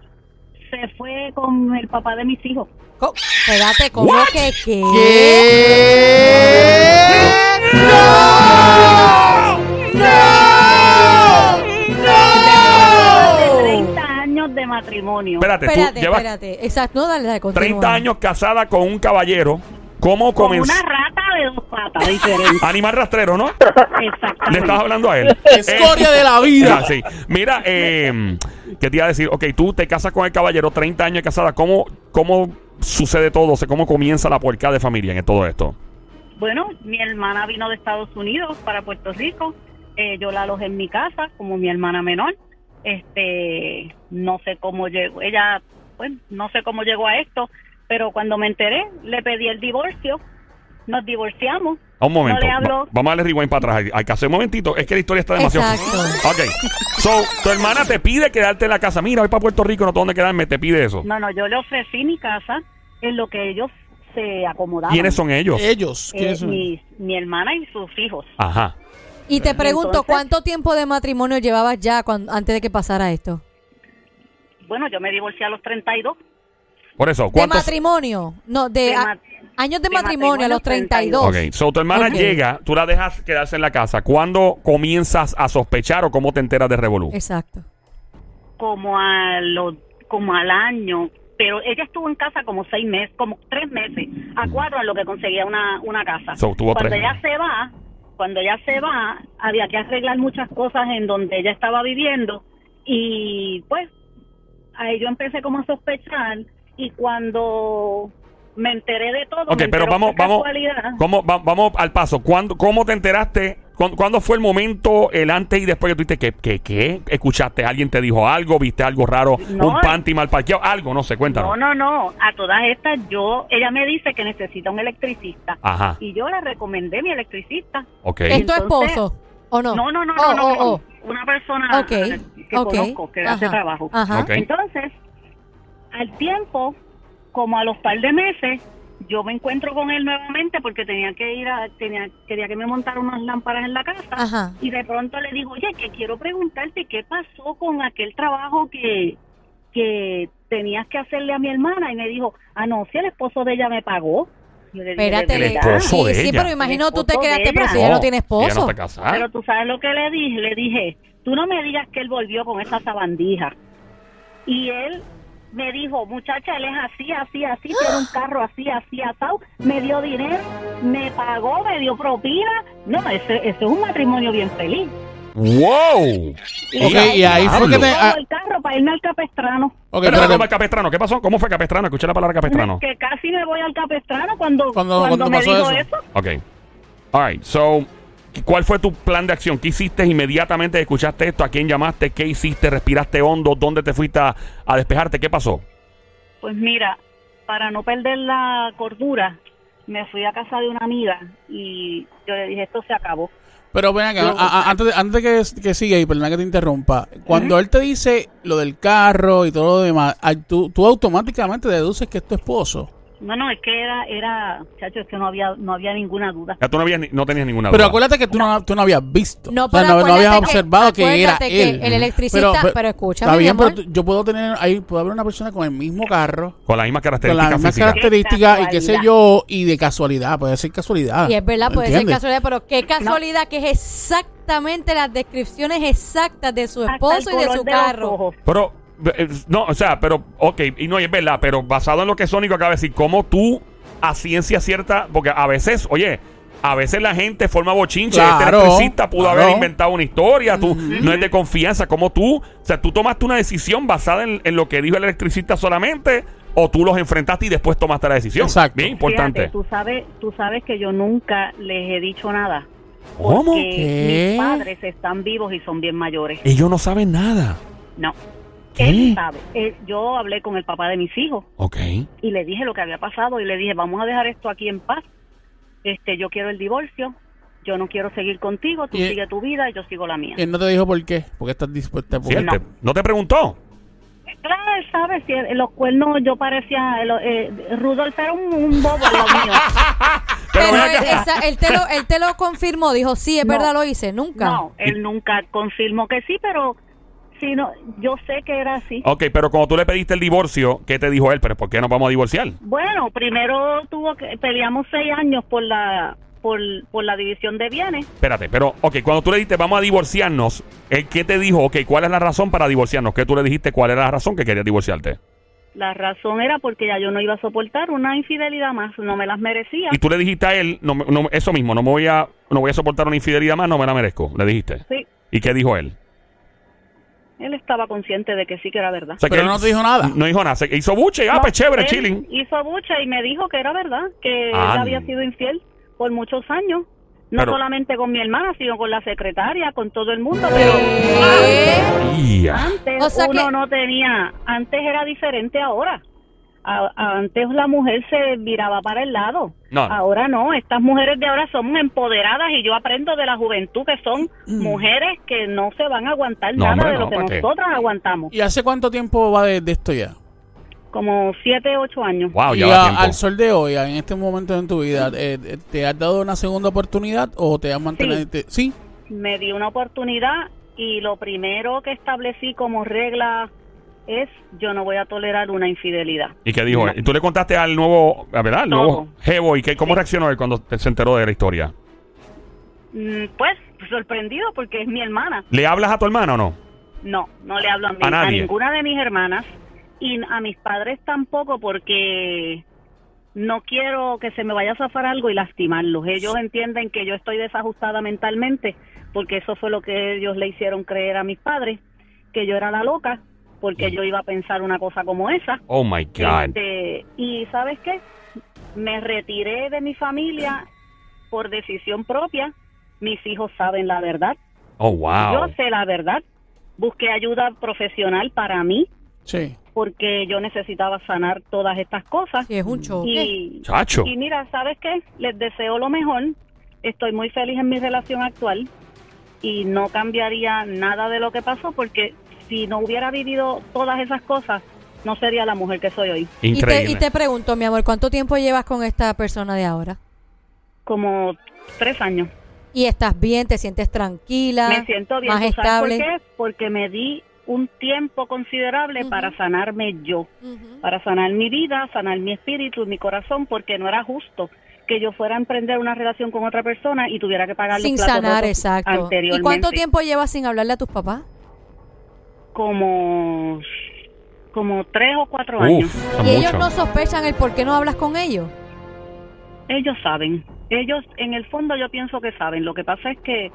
Speaker 6: se fue con el papá de mis hijos.
Speaker 2: Co- Espérate, ¿cómo
Speaker 1: What?
Speaker 2: que qué?
Speaker 4: Oh.
Speaker 6: De 30 años de matrimonio.
Speaker 1: Espérate, tú
Speaker 2: Espérate,
Speaker 1: llevas
Speaker 2: espérate. Exacto, no, dale, dale, continúa.
Speaker 1: 30 años casada con un caballero. ¿Cómo
Speaker 6: Con
Speaker 1: comenzó?
Speaker 6: una rata de dos patas diferentes.
Speaker 1: Animal rastrero, ¿no? Le
Speaker 6: Exactamente.
Speaker 1: estás hablando a él. Eh,
Speaker 4: Historia de la vida.
Speaker 1: Mira, sí. Mira, eh, ¿qué te iba a decir? Ok, tú te casas con el caballero, 30 años de casada. ¿Cómo, cómo sucede todo? O sea, ¿Cómo comienza la puerca de familia en todo esto?
Speaker 6: Bueno, mi hermana vino de Estados Unidos para Puerto Rico. Eh, yo la alojé en mi casa como mi hermana menor. Este, no sé cómo llegó. Ella, bueno, no sé cómo llegó a esto, pero cuando me enteré, le pedí el divorcio. Nos divorciamos.
Speaker 1: A un momento.
Speaker 6: No le habló.
Speaker 1: Va- vamos a darle rewind para atrás. Hay que hacer un momentito. Es que la historia está demasiado.
Speaker 2: Exacto.
Speaker 1: Ok. So, tu hermana te pide quedarte en la casa. Mira, voy para Puerto Rico, no tengo dónde quedarme. Te pide eso.
Speaker 6: No, no, yo le ofrecí mi casa en lo que ellos se acomodaban.
Speaker 1: ¿Quiénes son ellos?
Speaker 4: ellos.
Speaker 6: Eh,
Speaker 4: ¿quiénes son?
Speaker 6: mi, mi hermana y sus hijos.
Speaker 1: Ajá.
Speaker 2: Y te pregunto,
Speaker 6: Entonces-
Speaker 2: ¿cuánto tiempo de matrimonio llevabas ya cuan- antes de que pasara esto?
Speaker 6: Bueno, yo me divorcié a los 32.
Speaker 1: Por eso,
Speaker 2: ¿De
Speaker 1: ¿cuántos?
Speaker 2: matrimonio? No, de,
Speaker 6: De
Speaker 2: a-
Speaker 6: mat-
Speaker 2: años de,
Speaker 6: de
Speaker 2: matrimonio, a los
Speaker 6: matrimonio,
Speaker 2: 32.
Speaker 1: Ok, so tu hermana
Speaker 2: Ok.
Speaker 1: llega, tú la dejas quedarse en la casa. ¿Cuándo comienzas a sospechar o cómo te enteras de Revolú?
Speaker 2: Exacto.
Speaker 6: como a los como al año pero ella estuvo en casa como seis meses como tres meses a cuatro en lo que conseguía una, una casa
Speaker 1: So, tuvo
Speaker 6: cuando
Speaker 1: tres.
Speaker 6: ella se va Cuando ella se va, había que arreglar muchas cosas en donde ella estaba viviendo y pues ahí yo empecé como a sospechar y cuando me enteré de todo...
Speaker 1: Ok,
Speaker 6: me
Speaker 1: pero
Speaker 6: enteré
Speaker 1: vamos,
Speaker 6: por
Speaker 1: vamos,
Speaker 6: casualidad.
Speaker 1: ¿cómo, va- vamos al paso. ¿Cuándo, ¿Cómo te enteraste? ¿Cuándo, cuándo fue el momento, el antes y después que tuviste que, que, que escuchaste? ¿Alguien te dijo algo? ¿Viste algo raro?
Speaker 6: No,
Speaker 1: ¿Un panty mal parqueado? Algo, no sé, cuéntanos.
Speaker 6: No, no, no. A todas estas, yo, ella me dice que necesita un electricista.
Speaker 1: Ajá.
Speaker 6: Y yo le recomendé mi electricista.
Speaker 1: Ok.
Speaker 2: ¿Es tu
Speaker 6: Entonces-
Speaker 2: esposo o no?
Speaker 6: No, no, no,
Speaker 2: Oh,
Speaker 6: no, no,
Speaker 2: oh,
Speaker 6: no.
Speaker 2: oh.
Speaker 6: Una persona
Speaker 2: Ok,
Speaker 6: que
Speaker 2: ok.
Speaker 6: conozco, que hace
Speaker 2: Ajá,
Speaker 6: trabajo.
Speaker 2: ajá.
Speaker 1: Ok.
Speaker 6: Entonces, al tiempo, como a los par de meses, yo me encuentro con él nuevamente porque tenía que ir a, tenía, quería que me montara unas lámparas en la casa.
Speaker 1: Ah,
Speaker 2: Ajá.
Speaker 6: Y de pronto le digo, oye, que quiero preguntarte qué pasó con aquel trabajo que, que tenías que hacerle a mi hermana. Y me dijo, ah, no, si el esposo de ella me pagó. Yo le dije, "¿De
Speaker 2: Espérate.
Speaker 1: El
Speaker 6: verdad?".
Speaker 1: esposo de
Speaker 2: Ah, sí, sí,
Speaker 1: ella.
Speaker 2: pero imagino tú te
Speaker 6: esposo de
Speaker 2: quedaste, pero
Speaker 6: ella.
Speaker 2: si ella no tiene
Speaker 1: ella no
Speaker 2: esposo.
Speaker 1: está casada.
Speaker 6: Pero tú sabes lo que le dije, le dije, tú no me digas que él volvió con esa sabandija. Y él me dijo, muchacha, él es así, así, así, tiene un carro así, así, atado, me dio dinero, me pagó, me dio propina. No, ese, ese es un matrimonio bien feliz.
Speaker 1: ¡Wow!
Speaker 4: Ok, y ahí fue que te-
Speaker 6: Tengo
Speaker 4: ah,
Speaker 6: el carro para irme al Capestrano.
Speaker 4: ok,
Speaker 1: Espera,
Speaker 4: pero
Speaker 1: ¿cómo
Speaker 4: que-
Speaker 1: es Capestrano? ¿Qué pasó? ¿Cómo fue Capestrano? Escuché la palabra Capestrano.
Speaker 6: Que casi me voy al Capestrano cuando,
Speaker 4: Cuando-
Speaker 6: cuando,
Speaker 4: cuando
Speaker 6: me
Speaker 4: pasó
Speaker 6: dijo
Speaker 4: eso.
Speaker 6: eso.
Speaker 1: Ok. All right. So, ¿cuál fue tu plan de acción? ¿Qué hiciste inmediatamente? que ¿Escuchaste esto? ¿A quién llamaste? ¿Qué hiciste? ¿Respiraste hondo? ¿Dónde te fuiste a, a despejarte? ¿Qué pasó?
Speaker 6: Pues mira, para no perder la cordura, me fui a casa de una amiga y yo le dije, esto se acabó.
Speaker 4: pero ven acá, a- a- antes, de- antes de que, que siga y perdona que te interrumpa, cuando él te dice lo del carro y todo lo demás, ah, tú, tú automáticamente deduces que es tu esposo.
Speaker 6: No, no, es que era, era, chacho, es que no había, no había ninguna duda.
Speaker 1: Ya tú no, habías ni- no tenías ninguna
Speaker 4: Pero
Speaker 1: duda.
Speaker 4: acuérdate que tú no, tú no habías visto.
Speaker 2: No,
Speaker 4: O sea,
Speaker 2: pero
Speaker 4: no, no habías
Speaker 2: acuérdate que-
Speaker 4: observado que era
Speaker 2: acuérdate que
Speaker 4: él.
Speaker 2: el electricista- pero escúchame,
Speaker 4: Está
Speaker 2: mi
Speaker 4: bien, pero
Speaker 2: amor.
Speaker 4: tú- yo puedo tener ahí, puede haber una persona con el mismo carro,
Speaker 1: Con las mismas
Speaker 4: con las
Speaker 1: características
Speaker 4: mismas
Speaker 1: físicas.
Speaker 4: características y qué sé
Speaker 6: casualidad.
Speaker 4: yo, y de casualidad, puede ser casualidad.
Speaker 2: Y es verdad, puede
Speaker 4: ¿entiendes?
Speaker 2: ser casualidad, pero qué casualidad que es exactamente las descripciones exactas de su
Speaker 6: Hasta
Speaker 2: esposo
Speaker 6: el
Speaker 2: y de
Speaker 6: color
Speaker 2: su
Speaker 6: los
Speaker 2: carro.
Speaker 6: ojos.
Speaker 1: Pero, eh, no, o sea, pero, ok, y no, y es verdad, pero basado en lo que Sónico acaba de decir, ¿cómo tú a ciencia cierta? Porque a veces, oye, a veces la gente forma bochinche, este
Speaker 4: Claro,
Speaker 1: electricista pudo
Speaker 4: claro.
Speaker 1: haber inventado una historia, tú no es de confianza, ¿cómo tú? O sea, tú tomaste una decisión basada en, en lo que dijo el electricista solamente, o tú los enfrentaste y después tomaste la decisión.
Speaker 4: Exacto.
Speaker 1: Bien importante.
Speaker 6: Fíjate, tú sabes, tú sabes que yo nunca les he dicho nada.
Speaker 1: ¿Cómo?
Speaker 6: porque
Speaker 4: ¿Qué?
Speaker 6: Mis padres están vivos y son bien mayores.
Speaker 1: Ellos no saben nada.
Speaker 6: No.
Speaker 1: ¿Qué?
Speaker 6: Él sabe. Él- yo hablé con el papá de mis hijos
Speaker 1: Ok.
Speaker 6: y le dije lo que había pasado y le dije, vamos a dejar esto aquí en paz. Este, yo quiero el divorcio. Yo no quiero seguir contigo. Tú
Speaker 4: Y-
Speaker 6: sigue tu vida y yo sigo la mía.
Speaker 4: Él no te dijo por qué, porque estás dispuesta. Porque
Speaker 1: ¿Cierto? No. te preguntó.
Speaker 6: Claro, él sabe, si en los cuernos yo parecía, el- eh, Rudolf era un, un bobo en lo mío.
Speaker 1: Pero
Speaker 2: Pero,
Speaker 1: ven
Speaker 2: él,
Speaker 1: acá.
Speaker 2: esa- él te lo, él te lo confirmó, dijo, sí, es
Speaker 6: No.
Speaker 2: verdad, lo hice, nunca.
Speaker 6: No, él nunca confirmó que sí, pero si no, yo sé que era así.
Speaker 1: Ok, pero cuando tú le pediste el divorcio, ¿qué te dijo él? Pero ¿por qué nos vamos a divorciar?
Speaker 6: Bueno, primero tuvo que, peleamos seis años por la, por, por la división de bienes.
Speaker 1: Espérate, pero, ok, cuando tú le dijiste vamos a divorciarnos, ¿el qué te dijo? Ok, ¿cuál es la razón para divorciarnos? ¿Qué tú le dijiste? ¿Cuál era la razón que querías divorciarte?
Speaker 6: La razón era porque ya yo no iba a soportar una infidelidad más, no me las merecía.
Speaker 1: Y tú le dijiste a él, no, me- no, eso mismo, no me voy a, no voy a soportar una infidelidad más, no me la merezco, le dijiste.
Speaker 6: Sí,
Speaker 1: ¿Y qué dijo él?
Speaker 6: él estaba consciente de que sí que era verdad.
Speaker 1: O sea,
Speaker 4: Pero
Speaker 1: él
Speaker 4: no te dijo nada.
Speaker 1: No dijo nada, se hizo buche, ah,
Speaker 6: No,
Speaker 1: pues chévere,
Speaker 6: él
Speaker 1: chilling.
Speaker 6: Hizo bucha y me dijo que era verdad, que
Speaker 1: Ah,
Speaker 6: él había
Speaker 1: no.
Speaker 6: sido infiel por muchos años. No
Speaker 1: Pero-
Speaker 6: solamente con mi hermana, sino con la secretaria, con todo el mundo.
Speaker 1: Oh,
Speaker 2: ¿Qué?
Speaker 1: Ya.
Speaker 6: Pero antes
Speaker 2: O sea
Speaker 6: uno
Speaker 2: que-
Speaker 6: no tenía, antes era diferente ahora. A- a- antes la mujer se viraba para el lado.
Speaker 1: No, no.
Speaker 6: Ahora no, estas mujeres de ahora son empoderadas y yo aprendo de la juventud que son
Speaker 2: Mm.
Speaker 6: mujeres que no se van a aguantar
Speaker 1: No,
Speaker 6: nada
Speaker 1: hombre,
Speaker 6: de
Speaker 1: no,
Speaker 6: lo
Speaker 1: ¿para
Speaker 6: que
Speaker 1: qué?
Speaker 6: nosotras aguantamos.
Speaker 4: ¿Y hace cuánto tiempo va de, de esto ya?
Speaker 6: Como siete, ocho años.
Speaker 1: Wow,
Speaker 4: y
Speaker 1: Ah, ya
Speaker 4: a-
Speaker 1: va tiempo.
Speaker 4: al sol de hoy, en este momento en tu vida, eh, eh, ¿te has dado una segunda oportunidad o te has mantenido?
Speaker 6: Sí.
Speaker 4: te- ¿sí?
Speaker 6: me di una oportunidad y lo primero que establecí como regla es yo no voy a tolerar una infidelidad.
Speaker 1: ¿Y qué dijo él? ¿Y tú le contaste al nuevo, a verdad, al
Speaker 6: Todo.
Speaker 1: nuevo Jevo? ¿Y qué, cómo reaccionó él cuando te- se enteró de la historia?
Speaker 6: Mm, Pues sorprendido porque es mi hermana.
Speaker 1: ¿Le hablas a tu hermana o no?
Speaker 6: No, no le hablo a, mí,
Speaker 1: A nadie.
Speaker 6: ninguna de mis hermanas y a mis padres tampoco porque no quiero que se me vaya a zafar algo y lastimarlos. Ellos entienden que yo estoy desajustada mentalmente porque eso fue lo que ellos le hicieron creer a mis padres, que yo era la loca porque yo iba a pensar una cosa como esa.
Speaker 1: Oh my God.
Speaker 6: Este, y sabes qué, me retiré de mi familia por decisión propia. Mis hijos saben la verdad.
Speaker 1: Oh wow.
Speaker 6: Yo sé la verdad. Busqué ayuda profesional para mí
Speaker 4: Sí.
Speaker 6: porque yo necesitaba sanar todas estas cosas.
Speaker 2: es un choque.
Speaker 6: Y,
Speaker 1: Chacho.
Speaker 6: y mira, ¿sabes qué? Les deseo lo mejor. Estoy muy feliz en mi relación actual y no cambiaría nada de lo que pasó porque si no hubiera vivido todas esas cosas, no sería la mujer que soy hoy.
Speaker 2: Y te,
Speaker 1: Increíble.
Speaker 2: y te pregunto, mi amor, ¿cuánto tiempo llevas con esta persona de ahora?
Speaker 6: Como tres años.
Speaker 2: ¿Y estás bien? ¿Te sientes tranquila?
Speaker 6: Me siento bien.
Speaker 2: Ah, ¿Más
Speaker 6: ¿Tú sabes
Speaker 2: estable?
Speaker 6: por qué? Porque me di un tiempo considerable para sanarme yo, para sanar mi vida, sanar mi espíritu, mi corazón, porque no era justo que yo fuera a emprender una relación con otra persona y tuviera que pagar los
Speaker 2: Sin
Speaker 6: platos
Speaker 2: sanar,
Speaker 6: rotos
Speaker 2: exacto. ¿Y
Speaker 6: anteriormente.
Speaker 2: cuánto tiempo llevas sin hablarle a tus papás?
Speaker 6: Como, como tres o cuatro años.
Speaker 1: Uf, son
Speaker 2: ¿Y ellos
Speaker 1: mucho.
Speaker 2: no sospechan el por qué no hablas con ellos?
Speaker 6: Ellos saben. Ellos, en el fondo, yo pienso que saben. Lo que pasa es que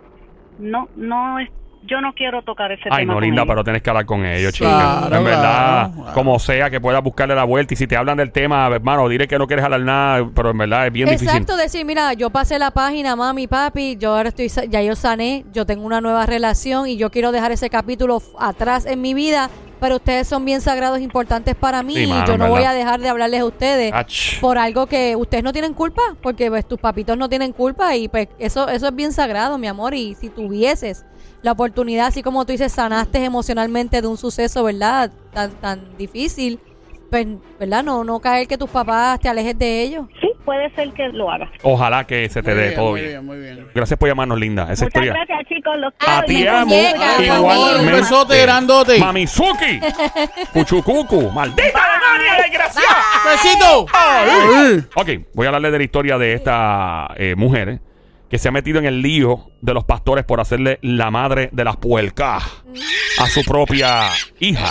Speaker 6: no, no es. Yo no quiero tocar ese
Speaker 1: Ay,
Speaker 6: tema.
Speaker 1: no,
Speaker 6: con
Speaker 1: linda,
Speaker 6: ellos.
Speaker 1: pero tienes que hablar con ellos, chica.
Speaker 4: Claro,
Speaker 1: en verdad,
Speaker 4: claro, claro.
Speaker 1: como sea, que puedas buscarle la vuelta. Y si te hablan del tema, hermano, diré que no quieres hablar nada, pero en verdad es bien difícil.
Speaker 2: Exacto, decir, mira, yo pasé la página, mami, papi, yo ahora estoy, sa- ya yo sané, yo tengo una nueva relación y yo quiero dejar ese capítulo f- atrás en mi vida, pero ustedes son bien sagrados, importantes para mí
Speaker 1: Sí,
Speaker 2: y
Speaker 1: mano,
Speaker 2: yo
Speaker 1: en
Speaker 2: no voy
Speaker 1: verdad. Ah,
Speaker 2: a dejar de hablarles a ustedes
Speaker 1: Ach.
Speaker 2: por algo que ustedes no tienen culpa, porque pues, tus papitos no tienen culpa y pues eso, eso es bien sagrado, mi amor, y si tuvieses la oportunidad, así como tú dices, sanaste emocionalmente de un suceso, ¿verdad? Tan, tan difícil. Pues, ¿verdad? No, no caer que tus papás te alejes de ellos.
Speaker 6: Sí, puede ser que lo haga.
Speaker 1: Ojalá que se te
Speaker 4: Muy
Speaker 1: dé
Speaker 4: bien,
Speaker 1: todo
Speaker 4: muy
Speaker 1: bien.
Speaker 4: bien, muy bien.
Speaker 1: Gracias por llamarnos, linda. Esa
Speaker 6: Muchas
Speaker 1: historia.
Speaker 6: gracias, chicos. Los
Speaker 2: Ah,
Speaker 1: A ti,
Speaker 2: pues,
Speaker 6: quiero.
Speaker 1: amo.
Speaker 2: muñeca,
Speaker 4: amor, un
Speaker 1: Igualmente.
Speaker 4: besote grandote.
Speaker 1: Mamizuki. Cuchucucu. Maldita la Nadia desgraciada.
Speaker 4: ¡Besito! Ay.
Speaker 1: Ok, voy a hablarle de la historia de esta eh, mujer eh, que se ha metido en el lío de los pastores por hacerle la madre de las puercas a su propia hija.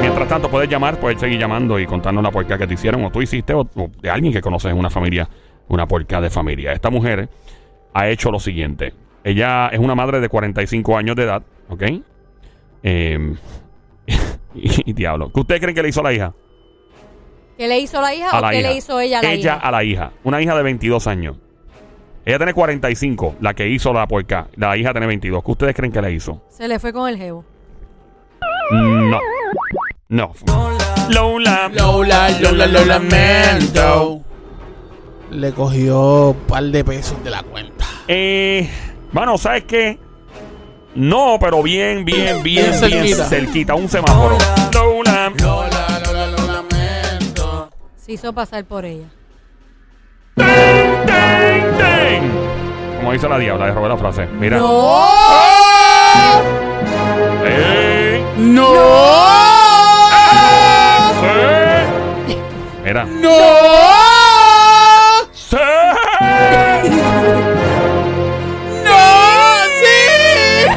Speaker 1: Mientras tanto, puedes llamar, puedes seguir llamando y contarnos la puerca que te hicieron o tú hiciste o, o de alguien que conoces en una familia, una puerca de familia. Esta mujer eh, ha hecho lo siguiente. Ella es una madre de 45 años de edad, ¿ok? Eh, y, y diablo. ¿Qué usted creen que le hizo a la hija?
Speaker 2: ¿Qué le hizo la hija
Speaker 1: a
Speaker 2: o
Speaker 1: la
Speaker 2: qué
Speaker 1: hija.
Speaker 2: le hizo ella a la hija?
Speaker 1: a la hija. Una hija de 22 años. Ella tiene 45, la que hizo la puerca. La hija tiene 22. ¿Qué ustedes creen que le hizo?
Speaker 2: Se le fue con el jevo.
Speaker 1: No. No. Lola.
Speaker 4: Lola, Lola, lo lamento. Le cogió un par de pesos de la cuenta.
Speaker 1: Eh, bueno, ¿sabes qué? No, pero bien, bien, bien, bien
Speaker 4: Bien
Speaker 1: cerquita.
Speaker 4: cerquita.
Speaker 1: Un semáforo. Lola.
Speaker 4: Lola, Lola, lo lamento.
Speaker 2: Se hizo pasar por ella.
Speaker 1: Ten, ten. Como dice la diabla, le robé la frase. Mira. Eh,
Speaker 4: ¡No!
Speaker 1: sí. eh. Mira.
Speaker 4: ¡No!
Speaker 1: Sí.
Speaker 4: ¡No! ¡Sí!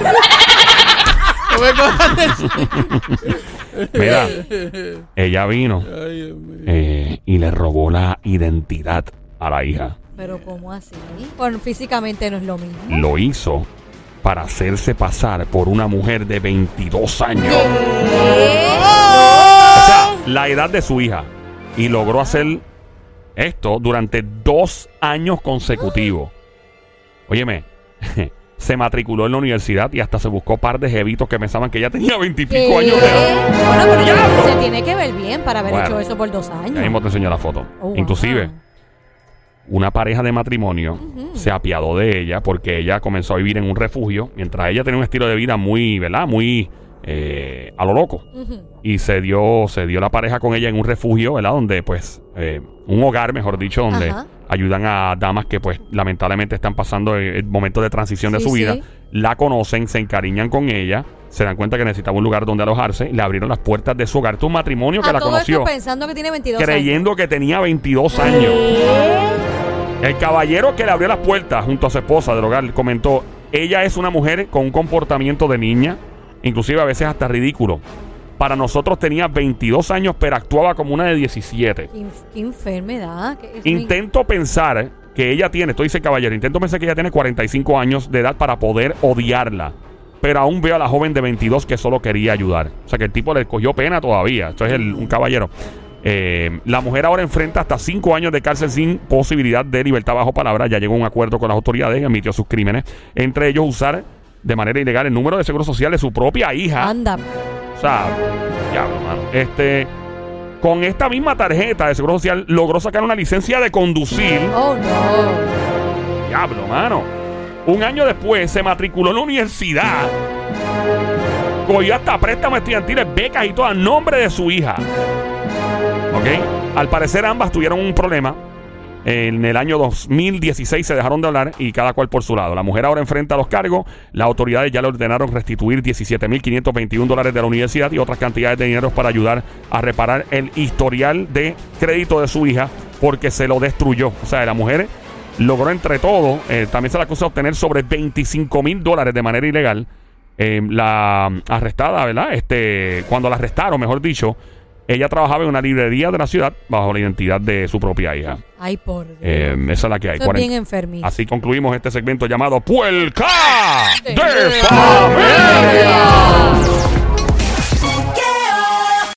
Speaker 4: No me cojas de-
Speaker 1: Mira. Ella vino.
Speaker 4: Ay, Dios mío.
Speaker 1: eh, y le robó la identidad a la hija.
Speaker 2: Pero ¿cómo así? Bueno, físicamente no es lo mismo.
Speaker 1: Lo hizo para hacerse pasar por una mujer de 22 años. O sea, la edad de su hija. Y logró hacer esto durante dos años consecutivos. Óyeme, se matriculó en la universidad y hasta se buscó par de jevitos que pensaban que ya tenía 20 y pico años de edad.
Speaker 2: Bueno, pero se, se tiene que ver bien para haber
Speaker 1: Bueno.
Speaker 2: hecho eso por dos
Speaker 1: Ya mismo
Speaker 2: años.
Speaker 1: te enseño la foto.
Speaker 2: Oh, wow.
Speaker 1: Inclusive, una pareja de matrimonio se apiadó de ella porque ella comenzó a vivir en un refugio mientras ella tenía un estilo de vida muy, ¿verdad? Muy eh, a lo loco.
Speaker 2: Ujú.
Speaker 1: Y se dio, se dio la pareja con ella en un refugio, ¿verdad? Donde, pues, eh, un hogar, mejor dicho, donde
Speaker 2: Ajá.
Speaker 1: ayudan a damas que, pues, lamentablemente están pasando eh, momentos de transición de
Speaker 2: Sí,
Speaker 1: su vida.
Speaker 2: sí.
Speaker 1: La conocen, se encariñan con ella, se dan cuenta que necesitaba un lugar donde alojarse, le abrieron las puertas de su hogar. Tu matrimonio que
Speaker 2: A
Speaker 1: la
Speaker 2: todo
Speaker 1: conoció
Speaker 2: esto pensando que tiene 22
Speaker 1: creyendo que tenía 22 años. El caballero que le abrió las puertas junto a su esposa del hogar comentó, ella es una mujer con un comportamiento de niña, inclusive a veces hasta ridículo. para nosotros tenía 22 años, pero actuaba como una de 17.
Speaker 2: Qué, inf- qué enfermedad. qué- es muy-
Speaker 1: Intento pensar que ella tiene, esto dice el caballero, intento pensar que ella tiene 45 años de edad para poder odiarla. Pero aún veo a la joven de 22 que solo quería ayudar. O sea que el tipo le cogió pena todavía. Esto es el- un caballero. Eh, la mujer ahora enfrenta hasta 5 años de cárcel sin posibilidad de libertad bajo palabra. Ya llegó a un acuerdo con las autoridades y admitió sus crímenes. Entre ellos usar de manera ilegal el número de seguro social de su propia hija.
Speaker 2: Anda.
Speaker 1: O sea, diablo, mano. Este, con esta misma tarjeta de Seguro Social logró sacar una licencia de conducir.
Speaker 2: Oh, no.
Speaker 1: Diablo, mano. Un año después se matriculó en la universidad. Cogió hasta préstamos estudiantiles, becas y todo a nombre de su hija. ¿Ok? Al parecer ambas tuvieron un problema. En el año 2016 se dejaron de hablar y cada cual por su lado. La mujer ahora enfrenta los cargos. Las autoridades ya le ordenaron restituir 17.521 dólares de la universidad y otras cantidades de dinero para ayudar a reparar el historial de crédito de su hija porque se lo destruyó. O sea, la mujer logró entre todo, eh, también se le acusa de obtener sobre 25 mil dólares de manera ilegal. Eh, la mm, arrestada, ¿verdad? Este, cuando la arrestaron, mejor dicho, ella trabajaba en una librería de la ciudad bajo la identidad de su propia hija.
Speaker 2: Ay, por Dios.
Speaker 1: Eh, esa es la que hay.
Speaker 2: Eso es
Speaker 1: 40.
Speaker 2: bien enfermizo.
Speaker 1: Así concluimos este segmento llamado Puelca de
Speaker 2: De
Speaker 1: Familia.